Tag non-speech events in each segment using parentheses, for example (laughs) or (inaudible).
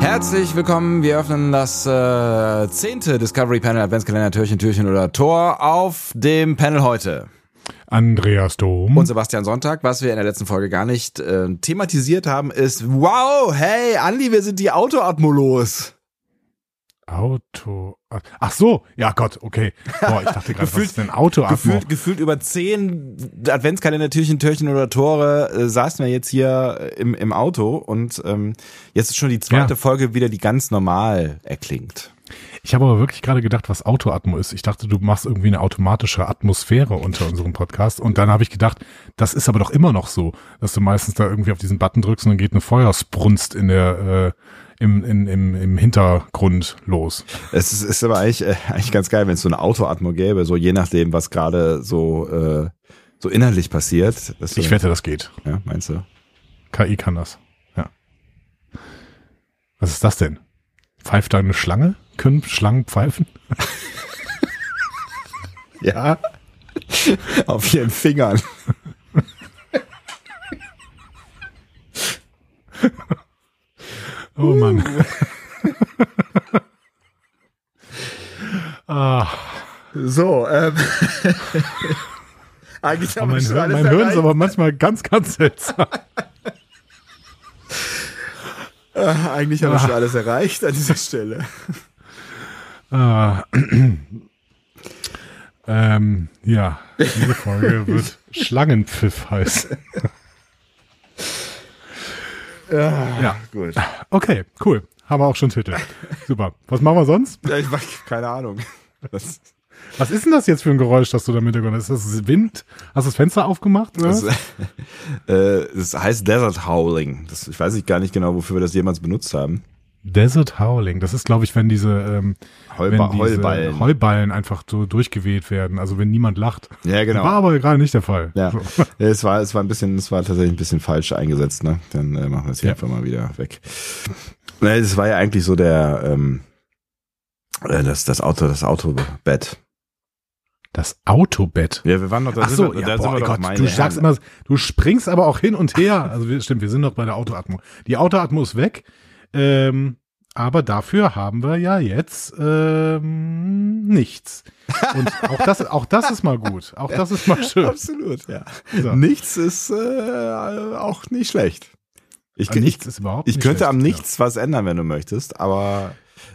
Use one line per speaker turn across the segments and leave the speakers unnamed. herzlich willkommen. Wir öffnen das äh, zehnte Discovery Panel Adventskalender Türchen, Türchen oder Tor auf dem Panel heute.
Andreas Dom.
Und Sebastian Sonntag, was wir in der letzten Folge gar nicht äh, thematisiert haben, ist, wow, hey, Andi, wir sind die Autoatmolos.
Auto. äh, Ach so, ja Gott, okay. Boah, ich dachte gerade, was
Gefühlt-
ist denn ein Auto
Gefühlt, gefühlt über zehn Adventskalender, Türchen, Türchen oder Tore äh, saßen wir jetzt hier äh, im, im Auto und ähm, jetzt ist schon die zweite
Ja.
Folge wieder, die ganz normal erklingt.
Ich habe aber wirklich gerade gedacht, was Autoatmo ist. Ich dachte, du machst irgendwie eine automatische Atmosphäre unter unserem Podcast. Und dann habe ich gedacht, das ist aber doch immer noch so, dass du meistens da irgendwie auf diesen Button drückst und dann geht eine Feuersbrunst in der, äh, im, in, im, im Hintergrund los.
Es ist, ist aber eigentlich, äh, eigentlich ganz geil, wenn es so eine Autoatmo gäbe, so je nachdem, was gerade so, äh, so innerlich passiert. Das-
Ich wette, das geht.
Ja, meinst du?
KI kann das. Ja. Was ist das denn? Pfeift da eine Schlange? Können Schlangen pfeifen?
Ja. (laughs) Auf ihren Fingern.
Oh Mann. (laughs) ah,
So, ähm. (laughs) Eigentlich haben
Oh, mein Hirn, mein Hirn ist aber manchmal ganz, ganz (laughs) seltsam.
Eigentlich haben wir schon alles erreicht an dieser Stelle.
Ah. ähm, ja, diese (laughs) Folge wird Schlangenpfiff heißen. ja,
Gut.
okay, cool. Haben wir auch schon Titel. Super. Was machen wir sonst?
Ja, ich weiß, keine Ahnung. Das,
Was ist denn das jetzt für ein Geräusch, das du da im Hintergrund hast? Ist das Wind? Hast du das Fenster aufgemacht? Oder?
das,
was?
äh, (laughs) das heißt Desert Howling. Das, ich weiß nicht gar nicht genau, wofür wir das jemals benutzt haben.
Desert Howling. Das ist, glaube ich, wenn diese, ähm,
Heulba-
wenn diese
Heulballen.
Heulballen einfach so durchgeweht werden. Also wenn niemand lacht.
Ja, genau.
War aber gerade nicht der Fall.
Ja,
So.
es war, es war ein bisschen, es war tatsächlich ein bisschen falsch eingesetzt, ne? Dann äh, machen wir es hier einfach mal wieder weg. Ne, Es war ja eigentlich so der, ähm, äh, das, das Auto, das Autobett.
(laughs) Das Autobett.
Ja, wir waren noch, da
Ach
sind
so,
wir,
ja,
da sind
boah,
wir
ey
doch,
Gott,
meine
du sagst
Herren.
immer, du springst aber auch hin und her. Also wir, stimmt, wir sind noch bei der Autoatmo. Die Autoatmo ist weg. Ähm, aber dafür haben wir ja jetzt ähm, nichts. Und auch das, auch das ist mal gut. Auch das ist mal schön.
Absolut, ja.
So.
Nichts ist äh, auch nicht schlecht. Ich, ich,
An Ah, Äh, nichts ist überhaupt
ich
nicht
könnte
schlecht,
am
ja.
Nichts was ändern, wenn du möchtest, aber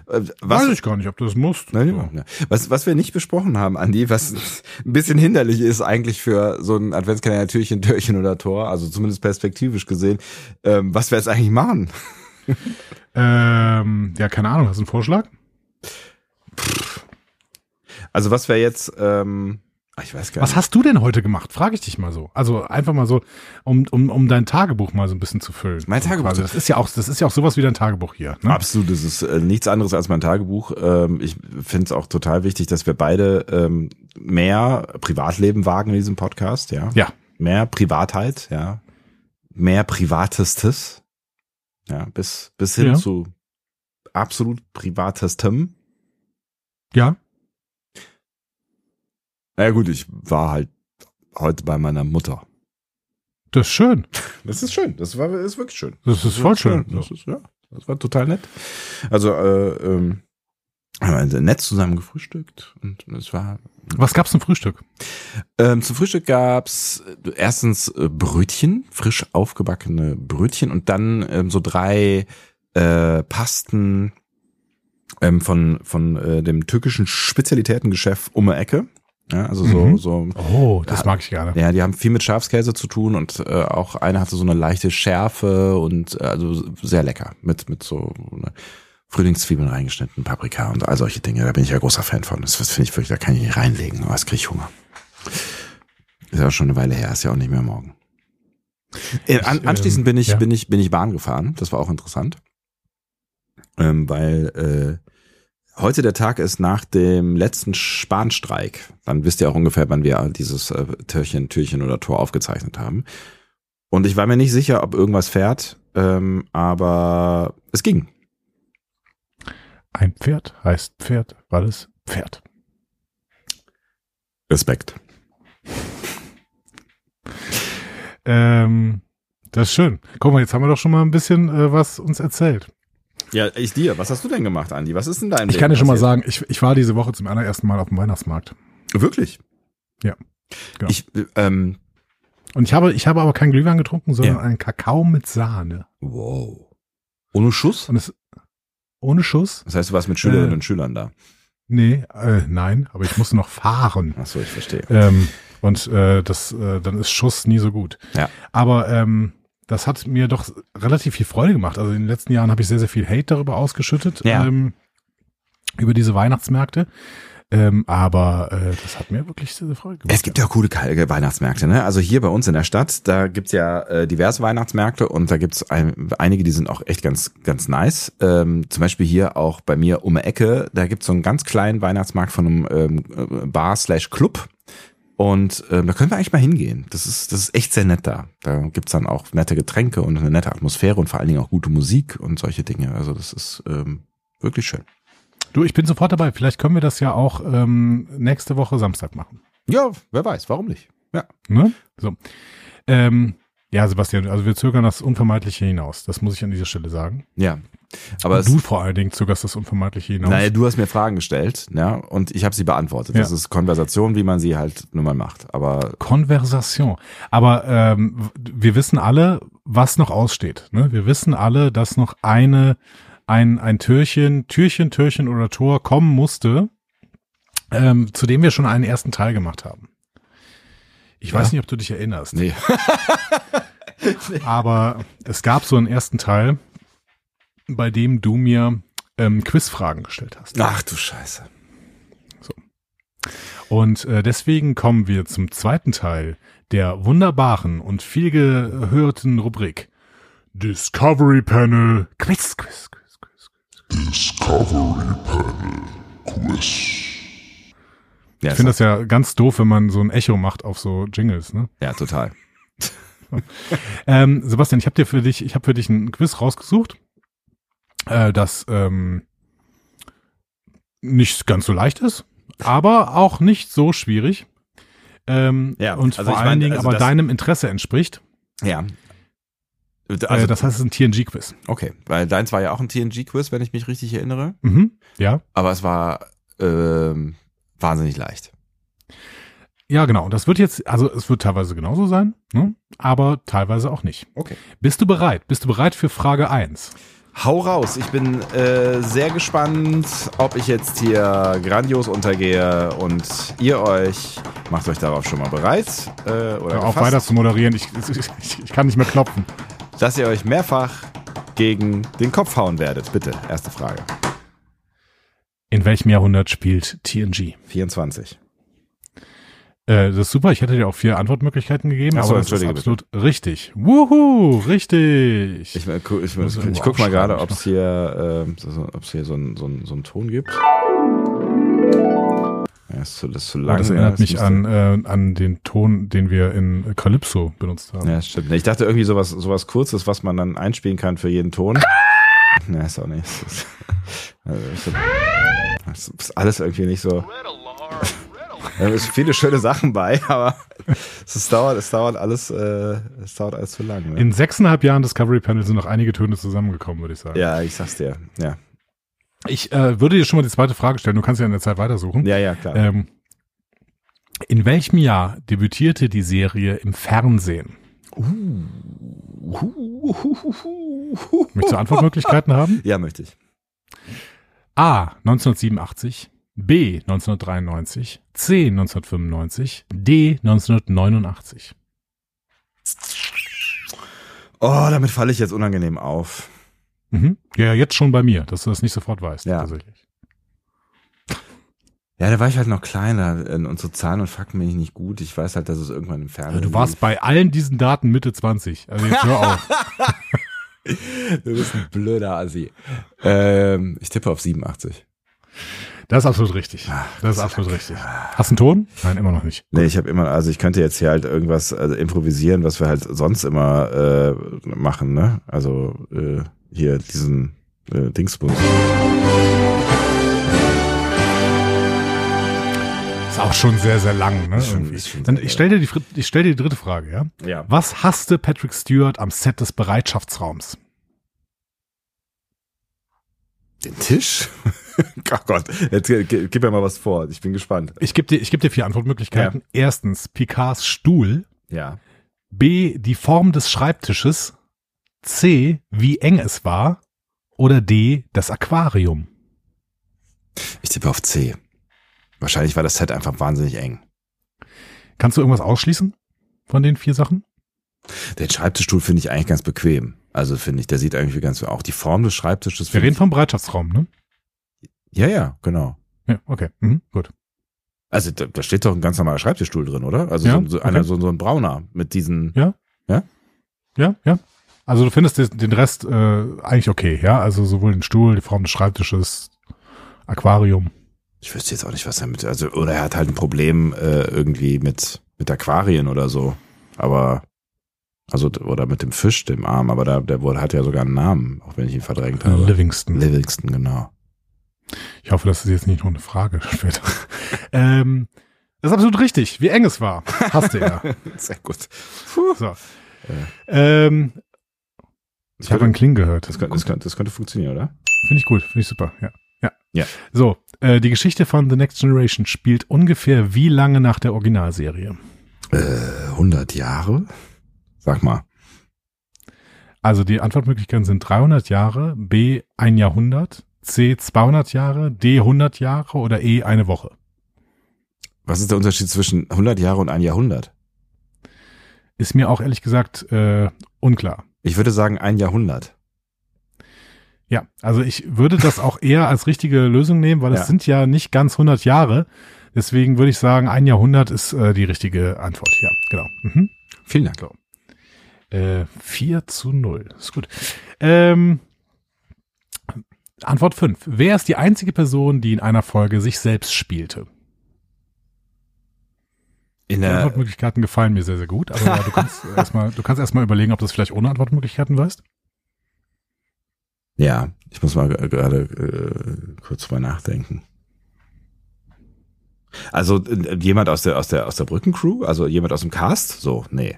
äh, was,
Weiß ich gar nicht, ob du das musst.
Nein,
So.
ja. ne. was, was wir nicht besprochen haben, Andi, was (laughs) ein bisschen hinderlich ist eigentlich für so ein Adventskalender Türchen, Türchen oder Tor, also zumindest perspektivisch gesehen, ähm, was wir jetzt eigentlich machen.
Ähm, ja, keine Ahnung, hast du einen Vorschlag?
Also was wir jetzt, ähm, ah, ich weiß gar
Was
nicht.
hast du denn heute gemacht? Frage ich dich mal so. Also einfach mal so, um, um, um dein Tagebuch mal so ein bisschen zu füllen.
Mein
so
Tagebuch?
quasi. Das ist ja auch, das ist ja auch sowas wie dein Tagebuch hier. Ne?
Absolut, es ist äh, nichts anderes als mein Tagebuch. Ähm, ich finde es auch total wichtig, dass wir beide ähm, mehr Privatleben wagen in diesem Podcast, ja.
Ja.
Mehr Privatheit, ja. Mehr Privatestes. Ja, bis, bis hin
Ja.
zu absolut privatestem.
Ja.
Na gut, ich war halt heute bei meiner Mutter.
Das ist schön.
Das ist schön. Das war ist wirklich schön.
Das ist voll schön.
Das, ist, ja, das war total nett. Also äh, ähm, haben wir also nett zusammen gefrühstückt und es war.
Was gab's zum Frühstück?
Ähm, zum Frühstück gab's äh, erstens äh, Brötchen, frisch aufgebackene Brötchen und dann ähm, so drei äh, Pasten ähm, von von äh, dem türkischen Spezialitätengeschäft um die Ecke. Ja, also so
Mhm.
so
Oh, das
Ja.
mag ich gerne.
ja, die haben viel mit Schafskäse zu tun und äh, auch eine hatte so eine leichte Schärfe und äh, also sehr lecker mit mit so ne, Frühlingszwiebeln reingeschnitten, Paprika und all solche Dinge. Da bin ich ja großer Fan von. Das, das finde ich wirklich, da kann ich nicht reinlegen, aber es kriege ich Hunger. Ist ja auch schon eine Weile her, ist ja auch nicht mehr morgen. Äh, an,
Ich,
anschließend
ähm,
bin ich
ja.
bin ich bin ich Bahn gefahren. Das war auch interessant, ähm, weil äh, heute der Tag ist nach dem letzten Bahnstreik. Dann wisst ihr auch ungefähr, wann wir dieses äh, Türchen, Türchen oder Tor aufgezeichnet haben. Und ich war mir nicht sicher, ob irgendwas fährt, ähm, aber es ging.
Ein Pferd heißt Pferd, weil es Pferd.
Respekt.
Ähm, das ist schön. Guck mal, jetzt haben wir doch schon mal ein bisschen äh, was uns erzählt.
Ja, ich dir. Was hast du denn gemacht, Andi? Was ist denn dein
Ich kann dir schon mal sagen, ich, ich war diese Woche zum allerersten Mal auf dem Weihnachtsmarkt.
Wirklich?
Ja. Genau.
Ich, ähm,
Und ich habe, ich habe aber keinen Glühwein getrunken, sondern
Ja.
einen Kakao mit Sahne.
wow. Ohne Schuss?
Und es ohne Schuss?
Das heißt, du warst mit Schülerinnen
Äh.
und Schülern da.
Nee, äh, nein, aber ich muss noch fahren.
Ach so, ich verstehe.
Ähm, und äh, das, äh, dann ist Schuss nie so gut.
Ja.
Aber ähm, das hat mir doch relativ viel Freude gemacht. Also in den letzten Jahren habe ich sehr, sehr viel Hate darüber ausgeschüttet,
Ja.
ähm, über diese Weihnachtsmärkte. Ähm, aber äh, das hat mir wirklich sehr, sehr Freude gemacht.
Es gibt ja auch coole Kalge Weihnachtsmärkte, ne? Also hier bei uns in der Stadt, da gibt's ja äh, diverse Weihnachtsmärkte und da gibt's ein, einige, die sind auch echt ganz, ganz nice. Ähm, zum Beispiel hier auch bei mir um die Ecke, da gibt's so einen ganz kleinen Weihnachtsmarkt von einem ähm, äh, Bar slash Club. Und ähm, da können wir eigentlich mal hingehen. Das ist, das ist echt sehr nett da. Da gibt's dann auch nette Getränke und eine nette Atmosphäre und vor allen Dingen auch gute Musik und solche Dinge. Also das ist ähm, wirklich schön.
Du, ich bin sofort dabei. Vielleicht können wir das ja auch ähm, nächste Woche Samstag machen.
Ja, wer weiß, warum nicht? Ja.
Ne? So. Ähm, ja, Sebastian, also wir zögern das Unvermeidliche hinaus. Das muss ich an dieser Stelle sagen.
Ja. Aber es-
du vor allen Dingen zögerst das Unvermeidliche hinaus.
Naja, du hast mir Fragen gestellt, ja, und ich habe sie beantwortet. Das
Ja.
ist Konversation, wie man sie halt nun mal macht. Aber
Konversation. Aber ähm, wir wissen alle, was noch aussteht. Ne? Wir wissen alle, dass noch eine, ein, ein Türchen, Türchen, Türchen oder Tor kommen musste, ähm, zu dem wir schon einen ersten Teil gemacht haben. Ich
Ja.
weiß nicht, ob du dich erinnerst,
nee,
(laughs) aber es gab so einen ersten Teil, bei dem du mir ähm, Quizfragen gestellt hast.
ach du Scheiße.
Und äh, deswegen kommen wir zum zweiten Teil der wunderbaren und viel gehörten Rubrik Discovery Panel Quiz, Quiz, Quiz, Quiz.
Ja,
Ich finde das ja ganz doof, wenn man so ein Echo macht auf so Jingles. Ne?
ja total.
Ähm, Sebastian, ich habe dir für dich, ich habe für dich ein Quiz rausgesucht, äh, das ähm, nicht ganz so leicht ist, aber auch nicht so schwierig. Ähm,
Ja,
und
also ich
vor allen
meine,
Dingen
also
aber
das-
deinem Interesse entspricht.
Ja.
Also,
Also,
äh, das heißt, es ist ein TNG-Quiz.
okay, weil deins war ja auch ein TNG-Quiz, wenn ich mich richtig erinnere.
Mhm. Ja.
Aber es war ähm, wahnsinnig leicht.
Ja, genau. Und das wird jetzt, also es wird teilweise genauso sein, ne? aber teilweise auch nicht.
Okay.
Bist du bereit? Bist du bereit für Frage 1?
Hau raus, ich bin äh, sehr gespannt, ob ich jetzt hier grandios untergehe und ihr euch macht euch darauf schon mal bereit äh, oder
Auf
gefasst.
weiter zu moderieren. Ich, ich, ich kann nicht mehr klopfen.
dass ihr euch mehrfach gegen den Kopf hauen werdet. Bitte, erste Frage.
In welchem Jahrhundert spielt TNG?
24.
Äh, das ist super. Ich hätte dir auch vier Antwortmöglichkeiten gegeben,
Ach so,
aber das ist
entschuldige
absolut richtig. Wuhu, richtig.
Ich, ich, ich,
Muss ich
ich
irgendwo
guck mal
aufschreiben,
gerade,
ich
ob es
mach-
hier, ähm, so- so, ob's hier so einen so einen- so einen Ton gibt. Ja, ist zu, das ist zu
Oh,
lang.
das
ja,
erinnert mich
müsste-
an, äh, an den Ton, den wir in Calypso benutzt haben.
Ja, das stimmt. Ich dachte irgendwie sowas, sowas Kurzes, was man dann einspielen kann für jeden Ton. (laughs) Ne, ist auch nicht. Das ist, also, das ist- das ist alles irgendwie nicht so. (laughs) Da sind viele schöne Sachen bei, (laughs) aber es ist dauert, es dauert alles, äh, es dauert alles zu lang. Ne?
In sechseinhalb Jahren Discovery Panel sind noch einige Töne zusammengekommen, würde ich sagen.
Ja, ich sag's dir. Ja,
Ich äh, würde dir schon mal die zweite Frage stellen. Du kannst ja in der Zeit weitersuchen.
ja, ja klar.
Ähm, in welchem Jahr debütierte die Serie im Fernsehen? Uh, Möchtest du Antwortmöglichkeiten haben?
Ja, möchte ich.
A. 1987, B. 1993, C. 1995, D. 1989.
Oh, damit falle ich jetzt unangenehm auf.
Mhm. Ja, jetzt schon bei mir, dass du das nicht sofort weißt.
Ja.
Tatsächlich.
Ja, da war ich halt noch kleiner äh, und so Zahlen und Fakten bin ich nicht gut. Ich weiß halt, dass es irgendwann im Fernsehen.
Also Du warst bei allen diesen Daten Mitte 20. Also jetzt hör auf.
lief. du bist ein blöder Assi. Ähm, ich tippe auf 87.
(laughs) Das ist absolut richtig. Das ist absolut richtig. Hast du einen Ton? Nein, immer noch nicht.
Nee, ich habe immer, also ich könnte jetzt hier halt irgendwas also improvisieren, was wir halt sonst immer äh, machen, ne? Also äh, hier diesen äh, Dingsbus.
Ist auch schon sehr, sehr lang. Ne?
Ist schon-
Irgendwie.
ist schon
Dann,
sehr
ich stelle dir, die fri- ich stell dir die dritte Frage. Ja?
Ja.
Was hasste Patrick Stewart am Set des Bereitschaftsraums?
Den Tisch? (laughs) oh Gott, jetzt ge- ge- gib mir mal was vor. Ich bin gespannt.
Ich gebe dir, ich geb dir vier Antwortmöglichkeiten. Erstens, Picards Stuhl.
Ja.
B, die Form des Schreibtisches. C, wie eng es war. Oder D, das Aquarium.
Ich tippe auf C. Wahrscheinlich war das Set einfach wahnsinnig eng.
Kannst du irgendwas ausschließen von den vier Sachen?
Den Schreibtischstuhl finde ich eigentlich ganz bequem. Also finde ich, der sieht irgendwie ganz, auch die Form des Schreibtisches.
Wir
finde
reden vom Bereitschaftsraum, ne?
ich, ja, ja, genau.
Ja, okay. Mhm, gut.
Also da, da steht doch ein ganz normaler Schreibtischstuhl drin, oder? Also
Ja,
so, ein- so, einer,
okay.
so, so ein brauner mit diesen,
Ja, ja. Also du findest den den Rest äh, eigentlich okay, ja? Also sowohl den Stuhl, die Form des Schreibtisches, Aquarium.
ich wüsste jetzt auch nicht, was damit, also, oder er hat halt ein Problem äh, irgendwie mit, mit Aquarien oder so. Aber, also, oder mit dem Fisch, dem Arm, aber da, der wurde, hat ja sogar einen Namen, auch wenn ich ihn verdrängt habe.
Livingston.
Livingston, genau.
Ich hoffe, das ist jetzt nicht nur eine Frage (laughs) später. ähm, das ist absolut richtig. Wie eng es war, hasste er.
(laughs) Sehr gut.
So. Ähm, ich habe einen Kling gehört.
Das könnte, das, könnte, das könnte funktionieren, oder?
Finde ich gut, finde ich super, ja. Ja.
Ja.
So, äh, die Geschichte von The Next Generation spielt ungefähr wie lange nach der Originalserie?
100 Äh, Jahre? Sag mal.
Also die Antwortmöglichkeiten sind 300 Jahre, B ein Jahrhundert, C 200 Jahre, D 100 Jahre oder E eine Woche.
Was ist der Unterschied zwischen 100 Jahre und ein Jahrhundert?
Ist mir auch ehrlich gesagt äh, unklar.
Ich würde sagen ein Jahrhundert.
Ja, also ich würde das auch eher als richtige Lösung nehmen, weil es
Ja.
sind ja nicht ganz 100 Jahre. Deswegen würde ich sagen, ein Jahrhundert ist äh, die richtige Antwort. Ja, genau. Mhm.
Vielen Dank.
Äh, 4 zu 0. Ist gut. Ähm, Antwort 5. Wer ist die einzige Person, die in einer Folge sich selbst spielte?
In
Die
der,
Antwortmöglichkeiten gefallen mir sehr, sehr gut. Aber ja, du kannst erstmal erst mal überlegen, ob du es vielleicht ohne Antwortmöglichkeiten weißt.
ja, ich muss mal ge- gerade äh, kurz drüber nachdenken. Also äh, jemand aus der aus der aus der Brückencrew, also jemand aus dem Cast? So, nee.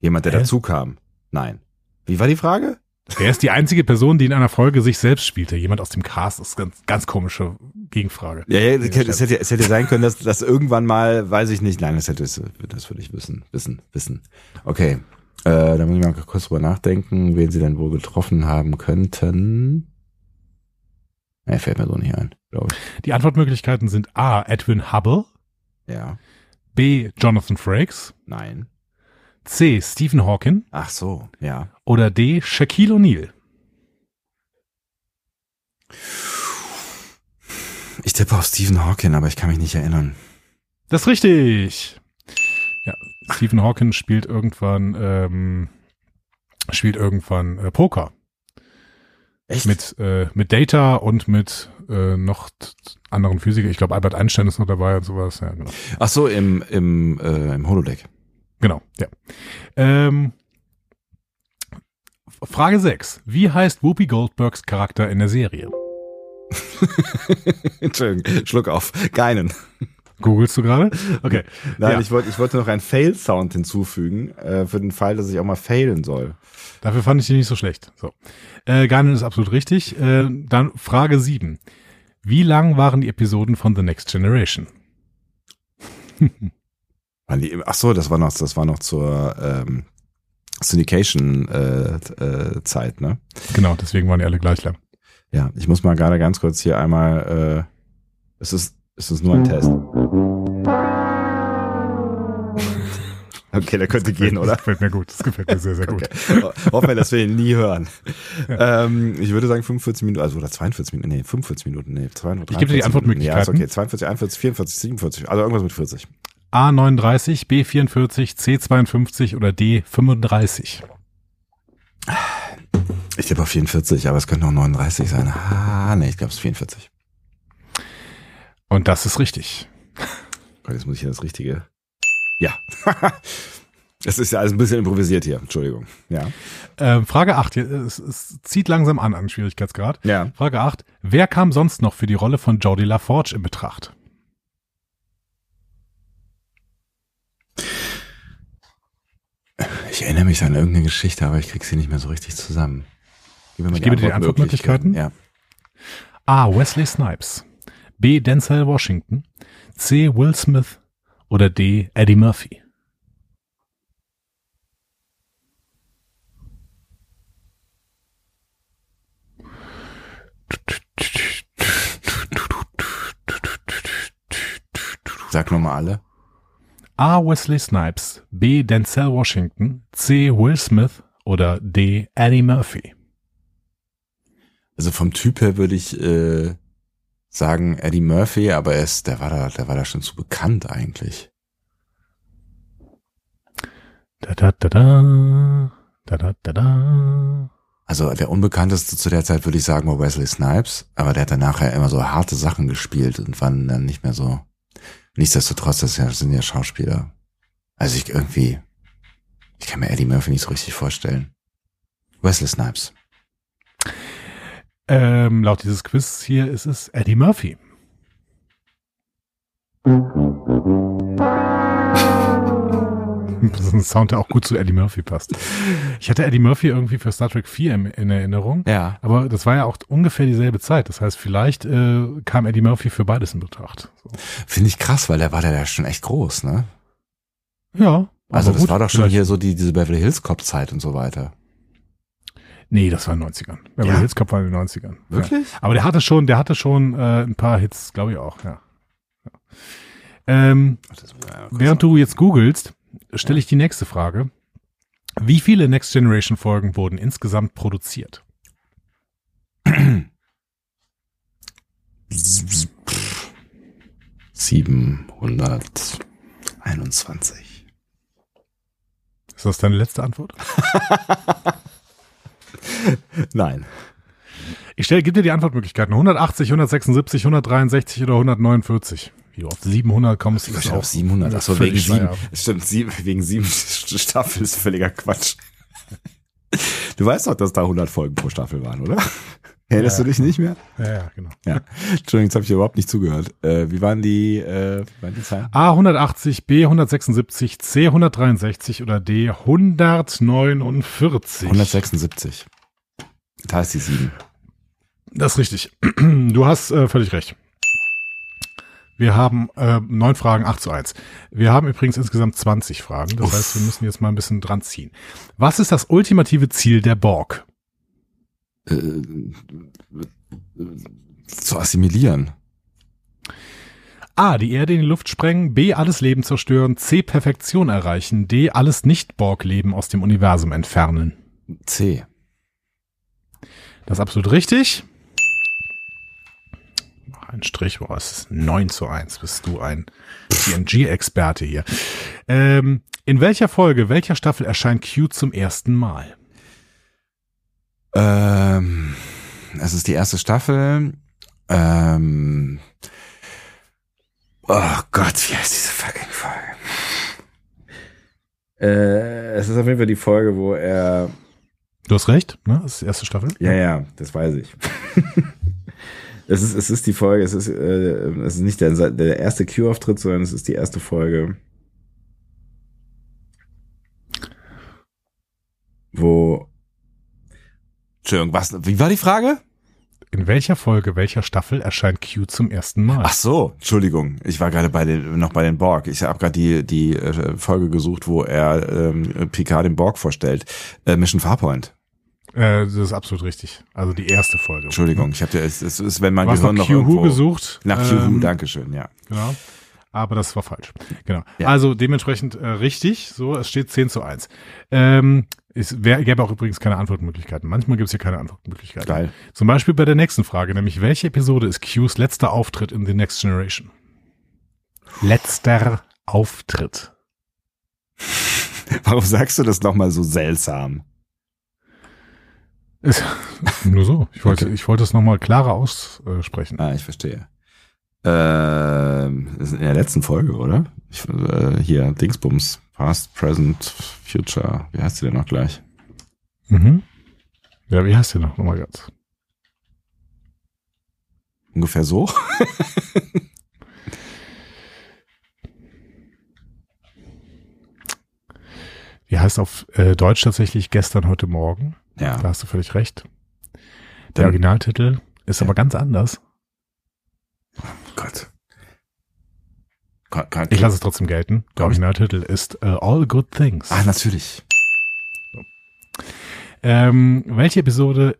Jemand, der
Hä?
dazu kam? Nein. Wie war die Frage?
Wer ist die einzige Person, die in einer Folge sich selbst spielte? Jemand aus dem Cast ist ganz, ganz komische Gegenfrage.
Ja, ja
Nee,
es, hätte, es,
stimmt.
hätte, es hätte sein können, dass das irgendwann mal, weiß ich nicht, nein, das hätte es- das würde ich wissen, wissen, wissen. Okay, äh, da muss ich mal kurz drüber nachdenken, wen sie denn wohl getroffen haben könnten. Er fällt mir so nicht ein, glaube ich.
Die Antwortmöglichkeiten sind A. Edwin Hubble,
Ja,
B. Jonathan Frakes,
nein.
C. Stephen Hawking
Ach so, ja.
oder D. Shaquille O'Neal.
Ich tippe auf Stephen Hawking, aber ich kann mich nicht erinnern.
Das ist richtig. Ja, Stephen Hawking spielt irgendwann ähm, spielt irgendwann äh, Poker
Echt?
mit äh, mit Data und mit äh, noch t- anderen Physikern. Ich glaube, Albert Einstein ist noch dabei und sowas. Ja, genau.
Ach so, im, im, äh, im Holodeck.
Genau. Ja. Ähm, Frage 6. Wie heißt Whoopi Goldbergs Charakter in der Serie?
(laughs) Entschuldigung, Schluck auf. Keinen.
Googlest du gerade? Okay.
Nein,
Ja.
ich, wollte, ich wollte noch einen Fail-Sound hinzufügen, äh, für den Fall, dass ich auch mal failen soll.
Dafür fand ich die nicht so schlecht. So. Äh, Garnin ist absolut richtig. Äh, dann Frage 7. Wie lang waren die Episoden von The Next Generation?
Waren die, ach so, das war noch, das war noch zur ähm, Syndication-Zeit, äh, Zeit, ne?
Genau, deswegen waren die alle gleich lang.
Ja, ich muss mal gerade ganz kurz hier einmal. Äh, es ist, es ist nur ein (laughs) Test. Okay, der könnte gehen, oder?
Das gefällt mir gut. Das gefällt mir sehr, sehr gut.
Okay. Ho- Hoffen wir, dass wir ihn nie hören. ähm, ich würde sagen 45 Minuten, also oder 42 Minuten, nee, 45 Minuten, nee, 42
Ich gebe dir die
43 Minuten. Ja, ist
Antwortmöglichkeiten.
okay, 42, 41, 44, 47, also irgendwas mit 40.
A39, B44, C52 oder D35?
Ich tippe auf 44, aber es könnte auch 39 sein. Ah, nee, ich glaube es ist 44.
Und das ist richtig.
Gott, jetzt muss ich hier das Richtige. Ja. (laughs) Es ist ja alles ein bisschen improvisiert hier. Entschuldigung. Ja.
Ähm, Frage 8. Hier- Es, es zieht langsam an an Schwierigkeitsgrad.
Ja.
Frage 8. Wer kam sonst noch für die Rolle von Jodie LaForge in Betracht?
Ich erinnere mich an irgendeine Geschichte, aber ich krieg sie nicht mehr so richtig zusammen.
Ich gebe dir die Antwortmöglichkeiten.
Ja.
A. Wesley Snipes. B. Denzel Washington. C. Will Smith. Oder D. Eddie Murphy.
Sag nochmal alle.
A. Wesley Snipes, B. Denzel Washington, C. Will Smith oder D. Eddie Murphy.
Also vom Typ her würde ich äh, sagen Eddie Murphy, aber er ist, der war da, der war da schon zu bekannt eigentlich.
Da da da da da da da da.
Also der Unbekannteste zu der Zeit würde ich sagen war Wesley Snipes, aber der hat dann nachher immer so harte Sachen gespielt und waren dann nicht mehr so. Nichtsdestotrotz, das sind ja Schauspieler. Also ich irgendwie, ich kann mir Eddie Murphy nicht so richtig vorstellen. Wesley Snipes.
Ähm, laut dieses Quiz hier ist es Eddie Murphy. Das ist ein Sound, der auch gut zu Eddie Murphy passt. Ich hatte Eddie Murphy irgendwie für Star Trek 4 in, in Erinnerung.
Ja.
Aber das war ja auch ungefähr dieselbe Zeit. Das heißt, vielleicht äh, kam Eddie Murphy für beides in Betracht. So.
Finde ich krass, weil der war da ja schon echt groß, ne?
Ja.
Also
aber
das
gut,
war doch schon
vielleicht-
hier so die, diese Beverly Hills Cop Zeit und so weiter.
Nee, das war in den 90ern. Beverly
Ja?
Hills Cop war in den 90ern.
Wirklich?
Ja. Aber der hatte schon, der hatte schon äh, ein paar Hits, glaube ich auch, ja. ja. Ähm, während du jetzt googelst, stelle ich die nächste Frage. Wie viele Next Generation Folgen wurden insgesamt produziert?
Pff, 721.
Ist das deine letzte Antwort?
Nein.
Ich stelle, gib dir die Antwortmöglichkeiten. 180, 176, 163 oder 149. Wie du auf 700 kommst,
Ich
ist
weiß auf
auch
700.
Ja,
Achso,
völlig
wegen also sieben.
schleierhaft.
Stimmt, sieben, wegen sieben (laughs) Staffeln ist völliger Quatsch. Du weißt doch, dass da 100 Folgen pro Staffel waren,
(laughs)
oder? Erinnerst
Ja.
du dich nicht mehr?
Ja, ja, genau.
Ja. Entschuldigung, jetzt habe ich überhaupt nicht zugehört. Äh, wie waren die, äh, wie waren die Zahlen?
A 180, B 176, C 163 oder D 149.
176. Da ist die 7.
Das ist richtig. (clears throat) Du hast äh, völlig recht. Wir haben äh, neun Fragen, 8 zu 1. Wir haben übrigens insgesamt 20 Fragen. Das
Uff.
heißt, wir müssen jetzt mal ein bisschen dran ziehen. Was ist das ultimative Ziel der Borg? Äh,
Zu assimilieren.
A. Die Erde in die Luft sprengen. B. Alles Leben zerstören. C. Perfektion erreichen. D. Alles Nicht-Borg-Leben aus dem Universum entfernen.
C.
Das ist absolut richtig. Noch ein Strich, boah, es ist 9 zu 1. Bist du ein TNG-Experte hier. Ähm, in welcher Folge, welcher Staffel erscheint Q zum ersten Mal?
Ähm, es ist die erste Staffel. Ähm, oh Gott, wie heißt diese fucking Folge? Äh, es ist auf jeden Fall die Folge, wo er.
Du hast recht, ne? Das ist die erste Staffel.
Ja, ja, das weiß ich. (laughs) es, ist, es ist die Folge, es ist, äh, es ist nicht der, der erste Q-Auftritt, sondern es ist die erste Folge. Wo. Entschuldigung, was, wie war die Frage?
In welcher Folge, welcher Staffel erscheint Q zum ersten Mal?
Ach so, Entschuldigung. Ich war gerade bei den, noch bei den Borg. Ich habe gerade die, die äh, Folge gesucht, wo er ähm, Picard den Borg vorstellt. Äh, Mission Farpoint.
Äh, das ist absolut richtig. Also die erste Folge.
Entschuldigung, ich habe ja, es, es ist, wenn
Du
mein
hast
Gehirn noch
nach Q Who
irgendwo
gesucht. Ähm,
nach Q Who, Dankeschön, ja.
Genau. Aber das war falsch. Genau.
Ja.
Also dementsprechend äh, richtig. So, es steht 10 zu 1. Ähm, es wär, gäbe auch übrigens keine Antwortmöglichkeiten. Manchmal gibt es hier keine Antwortmöglichkeiten.
Geil.
Zum Beispiel bei der nächsten Frage, nämlich welche Episode ist Qs letzter Auftritt in The Next Generation? Letzter Auftritt.
(laughs) Warum sagst du das nochmal so seltsam?
Ist, (laughs) nur so. Ich wollte,
Okay.
ich wollte es nochmal klarer aussprechen.
Ah, ich verstehe. Ähm, das ist in der letzten Folge, oder? Ich, äh, hier, Dingsbums. Past, Present, Future. Wie heißt sie denn noch gleich?
Mhm. Ja, wie heißt die noch? Nochmal ganz.
Ungefähr so?
Die heißt auf äh, Deutsch tatsächlich gestern, heute Morgen.
Ja.
Da hast du völlig recht. Der
Ja.
Originaltitel Ist aber ganz anders.
Gott. Kann, kann,
Ich lasse es trotzdem gelten. Der
Glaub ich-
Originaltitel ist äh, All Good Things.
Ah, natürlich.
Ähm, welche Episode?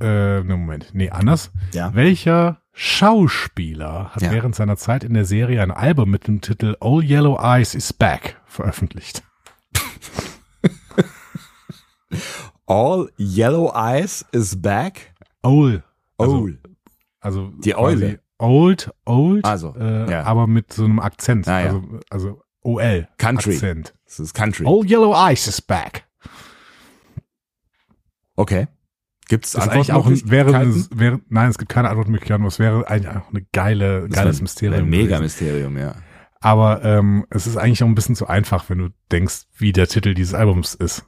Äh, ne, Moment, nee, anders.
Ja.
Welcher Schauspieler hat
Ja.
während seiner Zeit in der Serie ein Album mit dem Titel All Yellow Eyes is Back veröffentlicht?
All Yellow Eyes is back. Oh,
Old. Also,
Old.
Also
Die
quasi
Eule.
Old, old,
Also,
äh,
ja.
aber mit so einem Akzent.
Ah, ja.
also, also OL.
Country.
Akzent. Oh.
Das ist Country.
All Yellow Eyes is Back.
Okay. Gibt's
Das ist eigentlich auch ein, wäre,
Antwortmöglichkeiten?
eine- wäre, nein, es gibt keine Antwortmöglichkeiten, aber es wäre eigentlich auch eine geile,
Das
geiles
wär-
Mysterium.
Ein
gewesen.
mega Mysterium, ja.
Aber ähm, es ist eigentlich auch ein bisschen zu einfach, wenn du denkst, wie der Titel dieses Albums ist.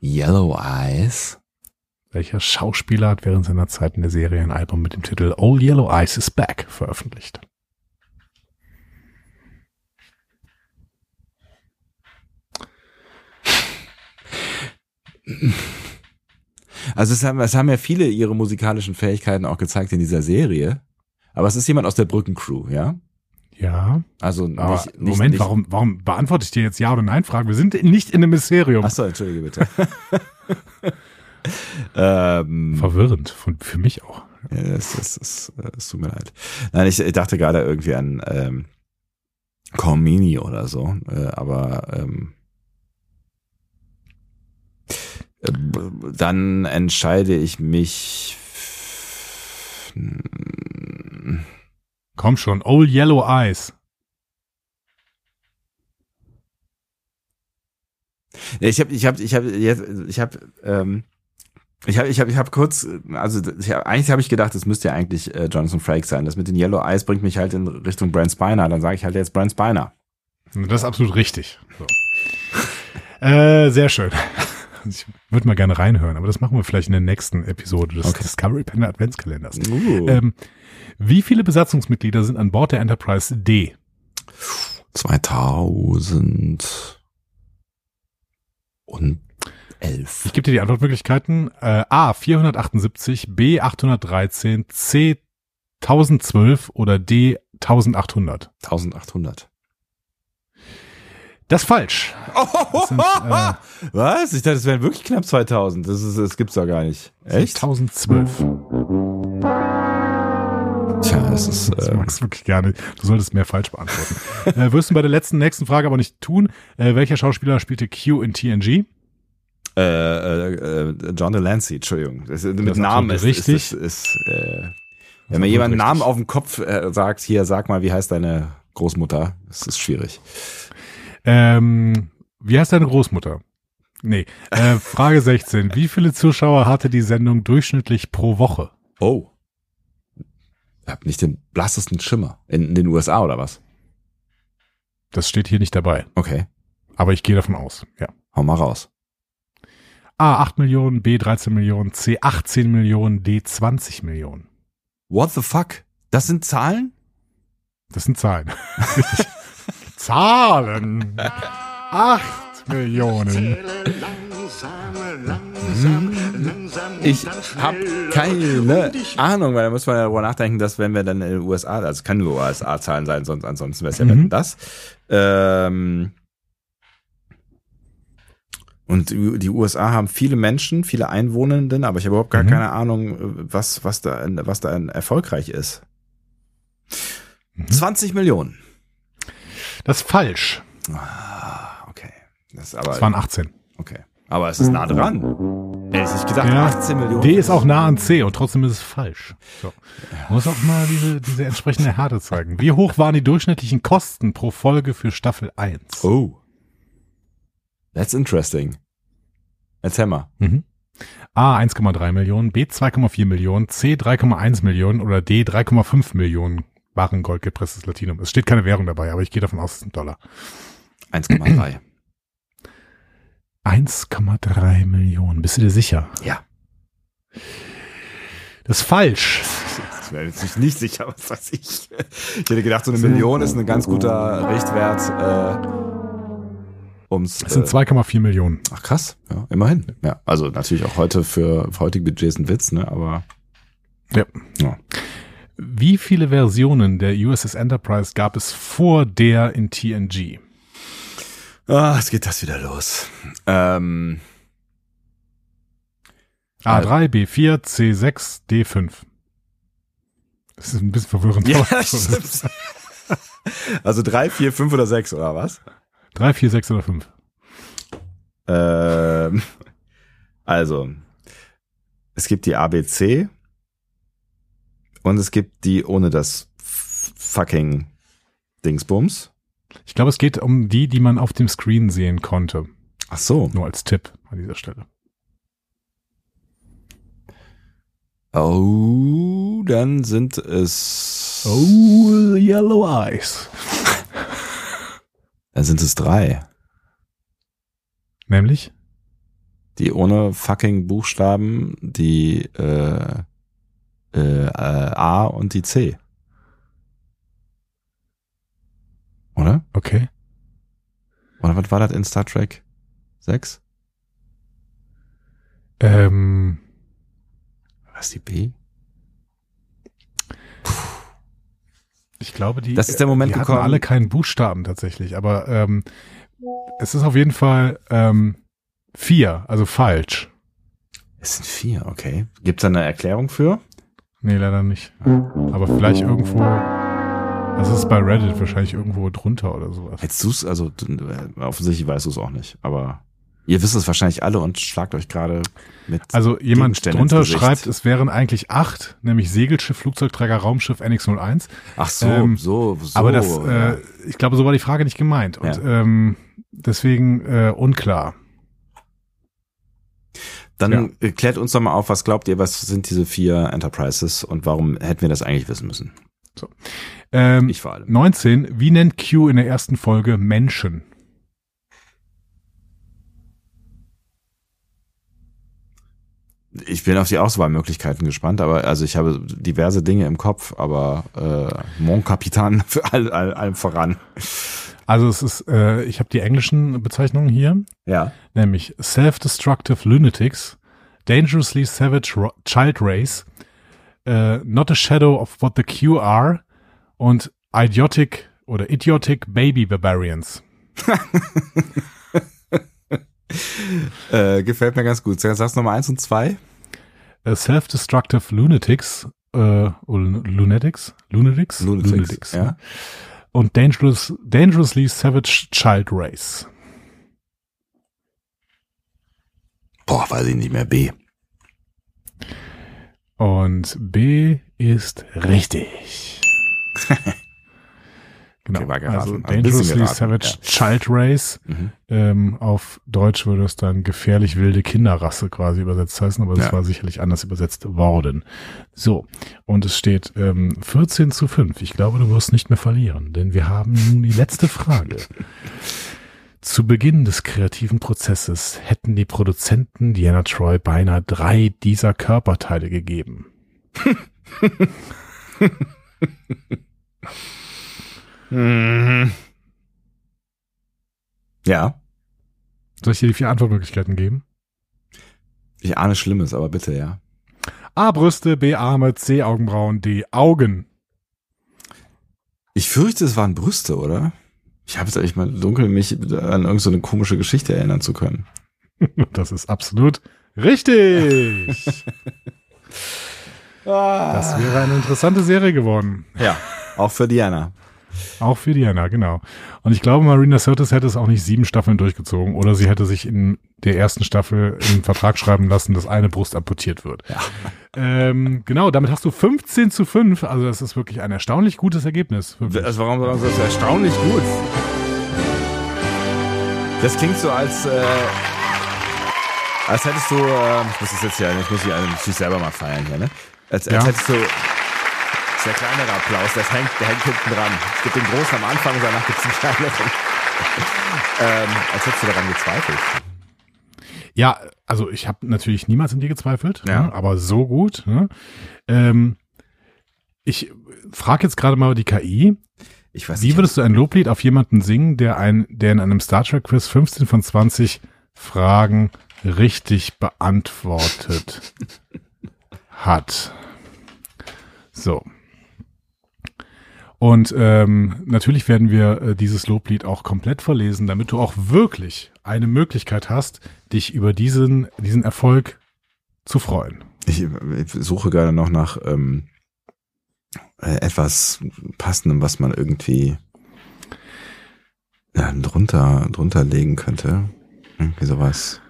Yellow Eyes.
Welcher Schauspieler hat während seiner Zeit in der Serie ein Album mit dem Titel All Yellow Eyes is Back veröffentlicht?
Also es haben, es haben ja viele ihre musikalischen Fähigkeiten auch gezeigt in dieser Serie. Aber es ist jemand aus der Brückencrew, ja?
Ja.
Also
Aber
nicht, nicht,
Moment,
nicht,
warum, warum beantworte ich dir jetzt Ja oder Nein Fragen? Wir sind nicht in einem Mysterium.
Achso, entschuldige
(laughs)
bitte. ähm,
Verwirrend, von, für mich auch.
Ja, Es, es, es, äh, es tut mir leid. Nein, ich ich dachte gerade irgendwie an ähm, Cormini oder so, äh, aber ähm, äh, b- dann entscheide ich mich. f- n-
Komm schon, All Yellow Eyes.
Ich habe, ich habe, ich habe, jetzt- ich habe, ähm, ich habe, ich habe, ich habe kurz, äh, also ich hab, eigentlich habe ich gedacht, das müsste ja eigentlich äh, Jonathan Frakes sein. Das mit den Yellow Eyes bringt mich halt in Richtung Brand Spiner. Dann sage ich halt jetzt Brand Spiner.
Das ist absolut richtig. So. (laughs) äh, sehr schön. Ich würde mal gerne reinhören, aber das machen wir vielleicht in der nächsten Episode des
Okay.
Discovery Panel Adventskalenders.
Uh.
Ähm, wie viele Besatzungsmitglieder sind an Bord der Enterprise D?
2000 und
Ich
11.
gebe dir die Antwortmöglichkeiten. Äh, A. 478, B. 813, C. 1012 oder D. 1800.
1800.
Das ist falsch. Das sind, äh,
(laughs) Was? Ich dachte, es wären wirklich knapp 2000. Das, ist, das gibt's doch gar nicht. Echt?
1012.
Tja, es ist.
Das
Äh,
magst du wirklich gerne. Du solltest mehr falsch beantworten. (laughs) äh, wirst du bei der letzten, nächsten Frage aber nicht tun. Äh, welcher Schauspieler spielte Q in TNG?
äh, äh, äh, John Delancey, Entschuldigung. Das, äh, mit
ist
Namen ist,
absolut richtig.
ist, ist, ist äh, Wenn mir jemand einen Namen auf den Kopf äh, sagt, hier, sag mal, wie heißt deine Großmutter? Das ist schwierig.
Ähm, wie heißt deine Großmutter? Nee. Äh, Frage 16. Wie viele Zuschauer hatte die Sendung durchschnittlich pro Woche?
Oh. Ich hab nicht den blassesten Schimmer. In, in den USA oder was?
Das steht hier nicht dabei.
Okay.
Aber ich gehe davon aus. Ja.
Hau mal raus.
A. 8 Millionen, B. 13 Millionen, C. 18 Millionen, D. 20 Millionen.
What the fuck? Das sind Zahlen?
Das sind Zahlen. (laughs) Zahlen. 8 Millionen.
Ich habe keine Ahnung, weil da muss man ja darüber nachdenken, dass wenn wir dann in den USA, also es können nur USA-Zahlen sein, sonst ansonsten wäre es ja
Mhm.
mhm. das. Ähm, und die die USA haben viele Menschen, viele Einwohnenden, aber ich habe überhaupt gar
Mhm.
keine Ahnung, was, was da, was da erfolgreich ist.
Mhm.
20 Millionen.
Das ist falsch.
Ah, okay. Das ist aber,
Es waren 18.
okay. Aber es ist nah dran. Hätte ich nicht gedacht,
Ja.
18 Millionen.
D ist auch nah an C und trotzdem ist es falsch. So. Muss auch mal diese, diese entsprechende Härte zeigen. Wie hoch waren die durchschnittlichen Kosten pro Folge für Staffel 1?
Oh. That's interesting. Erzähl mal.
Mhm. A 1,3 Millionen, B 2,4 Millionen, C 3,1 Millionen oder D 3,5 Millionen waren Gold gepresstes Latinum. Es steht keine Währung dabei, aber ich gehe davon aus, es sind Dollar.
(clears throat) 1,3.
1,3 Millionen. Bist du dir sicher?
ja.
Das ist falsch.
Ich bin mir jetzt nicht sicher, was weiß ich. Ich hätte gedacht, so eine Million ist ein ganz guter Richtwert. Äh, Um's, äh,
Es sind 2,4 Millionen.
Ach krass, ja, immerhin. Ja, also natürlich auch heute für, für heutige Budgets ein Witz, ne? Aber
Wie viele Versionen der USS Enterprise gab es vor der in TNG?
ah, es geht das wieder los. (laughs) Ähm,
A3, B4, C6, D5. Das ist ein bisschen verwirrend. (laughs)
ja, (laughs)
aber-
stimmt. also drei, vier, fünf oder sechs oder was?
Drei, vier, sechs oder fünf.
Ähm, also es gibt die ABC und es gibt die ohne das f- fucking Dingsbums.
Ich glaube, es geht um die, die man auf dem Screen sehen konnte.
Ach so.
Nur als Tipp an dieser Stelle.
Oh, dann sind es. Oh.
Yellow
(laughs)
Eyes.
Dann sind es drei.
Nämlich?
die ohne fucking Buchstaben die äh, äh, äh, A und die C. Oder?
Okay.
Oder was war das in Star Trek 6?
Ähm,
Was die B?
ich glaube, die, äh,
Das ist der Moment
die hatten
gekommen.
alle keinen Buchstaben tatsächlich, aber ähm, es ist auf jeden Fall ähm, vier, also falsch.
Es sind vier, okay. Gibt's da eine Erklärung für?
Nee, leider nicht. Aber vielleicht irgendwo. Das ist bei Reddit wahrscheinlich irgendwo drunter oder sowas.
Hättest du's, also d- äh, offensichtlich weißt du es auch nicht, aber ihr wisst es wahrscheinlich alle und schlagt euch gerade mit.
Also jemand
Gegenstände
drunter
ins Gesicht.
schreibt, es wären eigentlich acht, nämlich Segelschiff, Flugzeugträger, Raumschiff, NX-01.
Ach so,
ähm,
so, so.
Aber das,
ja.
äh, ich glaube, so war die Frage nicht gemeint. Und ähm, deswegen äh, unklar.
Dann äh, klärt uns doch mal auf, was glaubt ihr, was sind diese vier Enterprises und warum hätten wir das eigentlich wissen müssen?
Ähm,
Ich vor allem.
19. Wie nennt Q in der ersten Folge Menschen?
Ich bin auf die Auswahlmöglichkeiten gespannt, aber also ich habe diverse Dinge im Kopf, aber äh, Mon Capitan (laughs) für all, all, allem voran.
Also es ist, äh, ich habe die englischen Bezeichnungen hier,
Ja.
nämlich Self-Destructive Lunatics, Dangerously Savage Ro Child Race, äh, Not a Shadow of What the Q Are und Idiotic oder Idiotic Baby Barbarians.
Äh, gefällt mir ganz gut. Sagst du nochmal eins und zwei?
Äh, Self-Destructive Lunatics, äh, oder Lunatics? Lunatics?
Lunatics, ja.
ne? Und Dangerous, Dangerously Savage Child Race.
Boah, weiß ich nicht mehr. B.
Und B ist
(laughs)
richtig. genau.
Okay, war geraten.
also
Ein bisschen
Dangerously
geraten,
Savage Child Race.
Mhm.
Ähm, auf Deutsch würde es dann gefährlich wilde Kinderrasse quasi übersetzt heißen, aber das
Ja.
war sicherlich anders übersetzt worden. So, und es steht ähm, 14 zu 5. Ich glaube, du wirst nicht mehr verlieren, denn wir haben nun die letzte Frage. Zu Beginn des kreativen Prozesses hätten die Produzenten Diana Troy beinahe drei dieser Körperteile gegeben.
Ja.
Soll ich dir die vier Antwortmöglichkeiten geben?
Ich ahne Schlimmes, aber bitte, ja.
A. Brüste, B. Arme, C. Augenbrauen, D. Augen. (laughs)
Ich fürchte, es waren Brüste, oder? Ich habe es eigentlich mal dunkel, mich an irgendeine so eine komische Geschichte erinnern zu können.
Das ist absolut richtig. Das wäre eine interessante Serie geworden.
Ja. Auch für Diana.
Auch für Diana, genau. Und ich glaube, Marina Sirtis hätte es auch nicht sieben Staffeln durchgezogen oder sie hätte sich in der ersten Staffel im Vertrag schreiben lassen, dass eine Brust amputiert wird. Ähm, genau, damit hast du 15 zu 5. Also das ist wirklich ein erstaunlich gutes Ergebnis. Wirklich.
Das, also warum sagen sie das erstaunlich gut? Das klingt so, als, äh, als hättest du, äh, das ist jetzt hier, ich muss hier einen muss ich selber mal feiern hier, ne? Als, als
Ja.
hättest du, das ist der kleinere Applaus, das hängt, der hängt hinten dran. Es gibt den großen am Anfang, danach gibt es den (laughs) kleineren. ähm, als hättest du daran gezweifelt.
Ja, also ich habe natürlich niemals an dir gezweifelt,
Ja.
ne, aber so gut. Ne? Ähm, ich frage jetzt gerade mal die KI.
Ich weiß
Wie würdest du ein Loblied auf jemanden singen, der, ein, der in einem Star Trek Quiz 15 von 20 Fragen richtig beantwortet hat? So. Und ähm, natürlich werden wir äh, dieses Loblied auch komplett verlesen, damit du auch wirklich eine Möglichkeit hast, dich über diesen, diesen Erfolg zu freuen.
Ich, ich suche gerade noch nach ähm, äh, etwas Passendem, was man irgendwie ja, drunter, drunter legen könnte. Irgendwie sowas.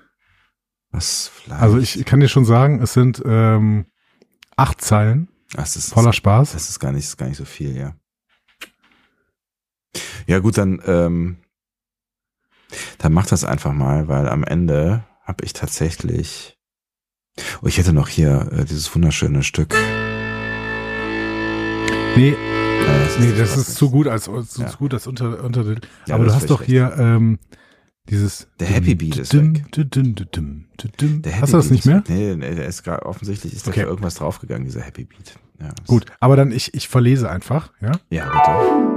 Was vielleicht.
Also ich kann dir schon sagen, es sind ähm, acht Zeilen,
Ach, das ist,
voller Spaß.
das ist gar nicht, das ist gar nicht so viel, ja. Ja, gut, dann, ähm, dann mach das einfach mal, weil am Ende habe ich tatsächlich. Oh, ich hätte noch hier äh, dieses wunderschöne Stück.
Nee,
Äh, das
nee, das ist
nichts.
zu gut als, als
Ja.
zu gut als unter, unter
Ja,
Aber du
das
hast
wär
doch
schlecht.
hier ähm, dieses
Der Happy Beat ist weg. Der Happy
Hast du das
Beat
nicht mehr?
ist- Nee, nee, der ist gerade offensichtlich ist
Okay.
da für irgendwas draufgegangen, dieser Happy Beat. Ja, das-
Gut, aber dann ich, ich verlese einfach, ja?
Ja, bitte.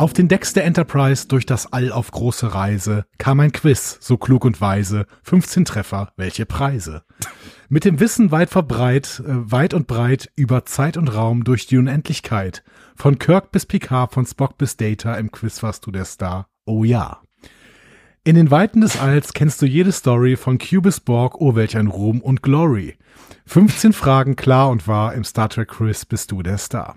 Auf den Decks der Enterprise durch das All auf große Reise kam ein Quiz, so klug und weise, 15 Treffer, welche Preise. Mit dem Wissen weit verbreit, äh, weit und breit über Zeit und Raum durch die Unendlichkeit. Von Kirk bis Picard, von Spock bis Data, im Quiz warst du der Star. Oh ja. In den Weiten des Alls kennst du jede Story von Q bis Borg, oh welch ein Ruhm und Glory. 15 Fragen klar und wahr, im Star Trek Quiz bist du der Star.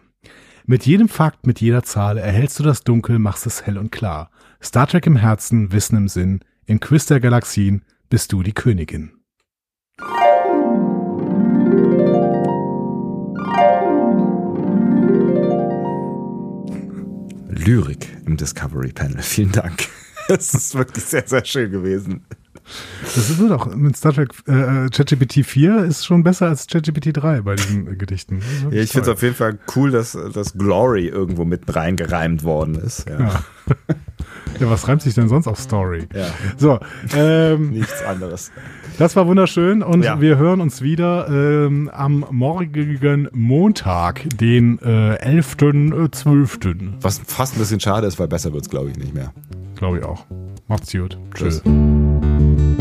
Mit jedem Fakt, mit jeder Zahl erhältst du das Dunkel, machst es hell und klar. Star Trek im Herzen, Wissen im Sinn, im Quiz der Galaxien bist du die Königin.
Lyrik im Discovery Panel. (laughs) Vielen Dank. Das ist wirklich sehr, sehr schön gewesen.
Das ist doch mit Star Trek äh, ChatGPT 4 ist schon besser als ChatGPT 3 bei diesen äh, Gedichten. Das ist wirklich
Ja, ich finde
toll.
es auf jeden Fall cool, dass das Glory irgendwo mit reingereimt worden ist. Ja.
ja, was reimt sich denn sonst auf Story?
Ja.
So, ähm,
Nichts anderes.
das war wunderschön und
Ja.
wir hören uns wieder ähm, am morgigen Montag, den äh, 11.12.,
Was fast ein bisschen schade ist, weil besser wird's glaube ich, nicht mehr.
glaube ich auch. Macht's gut. Tschüss.
Tschüss.
Tschö.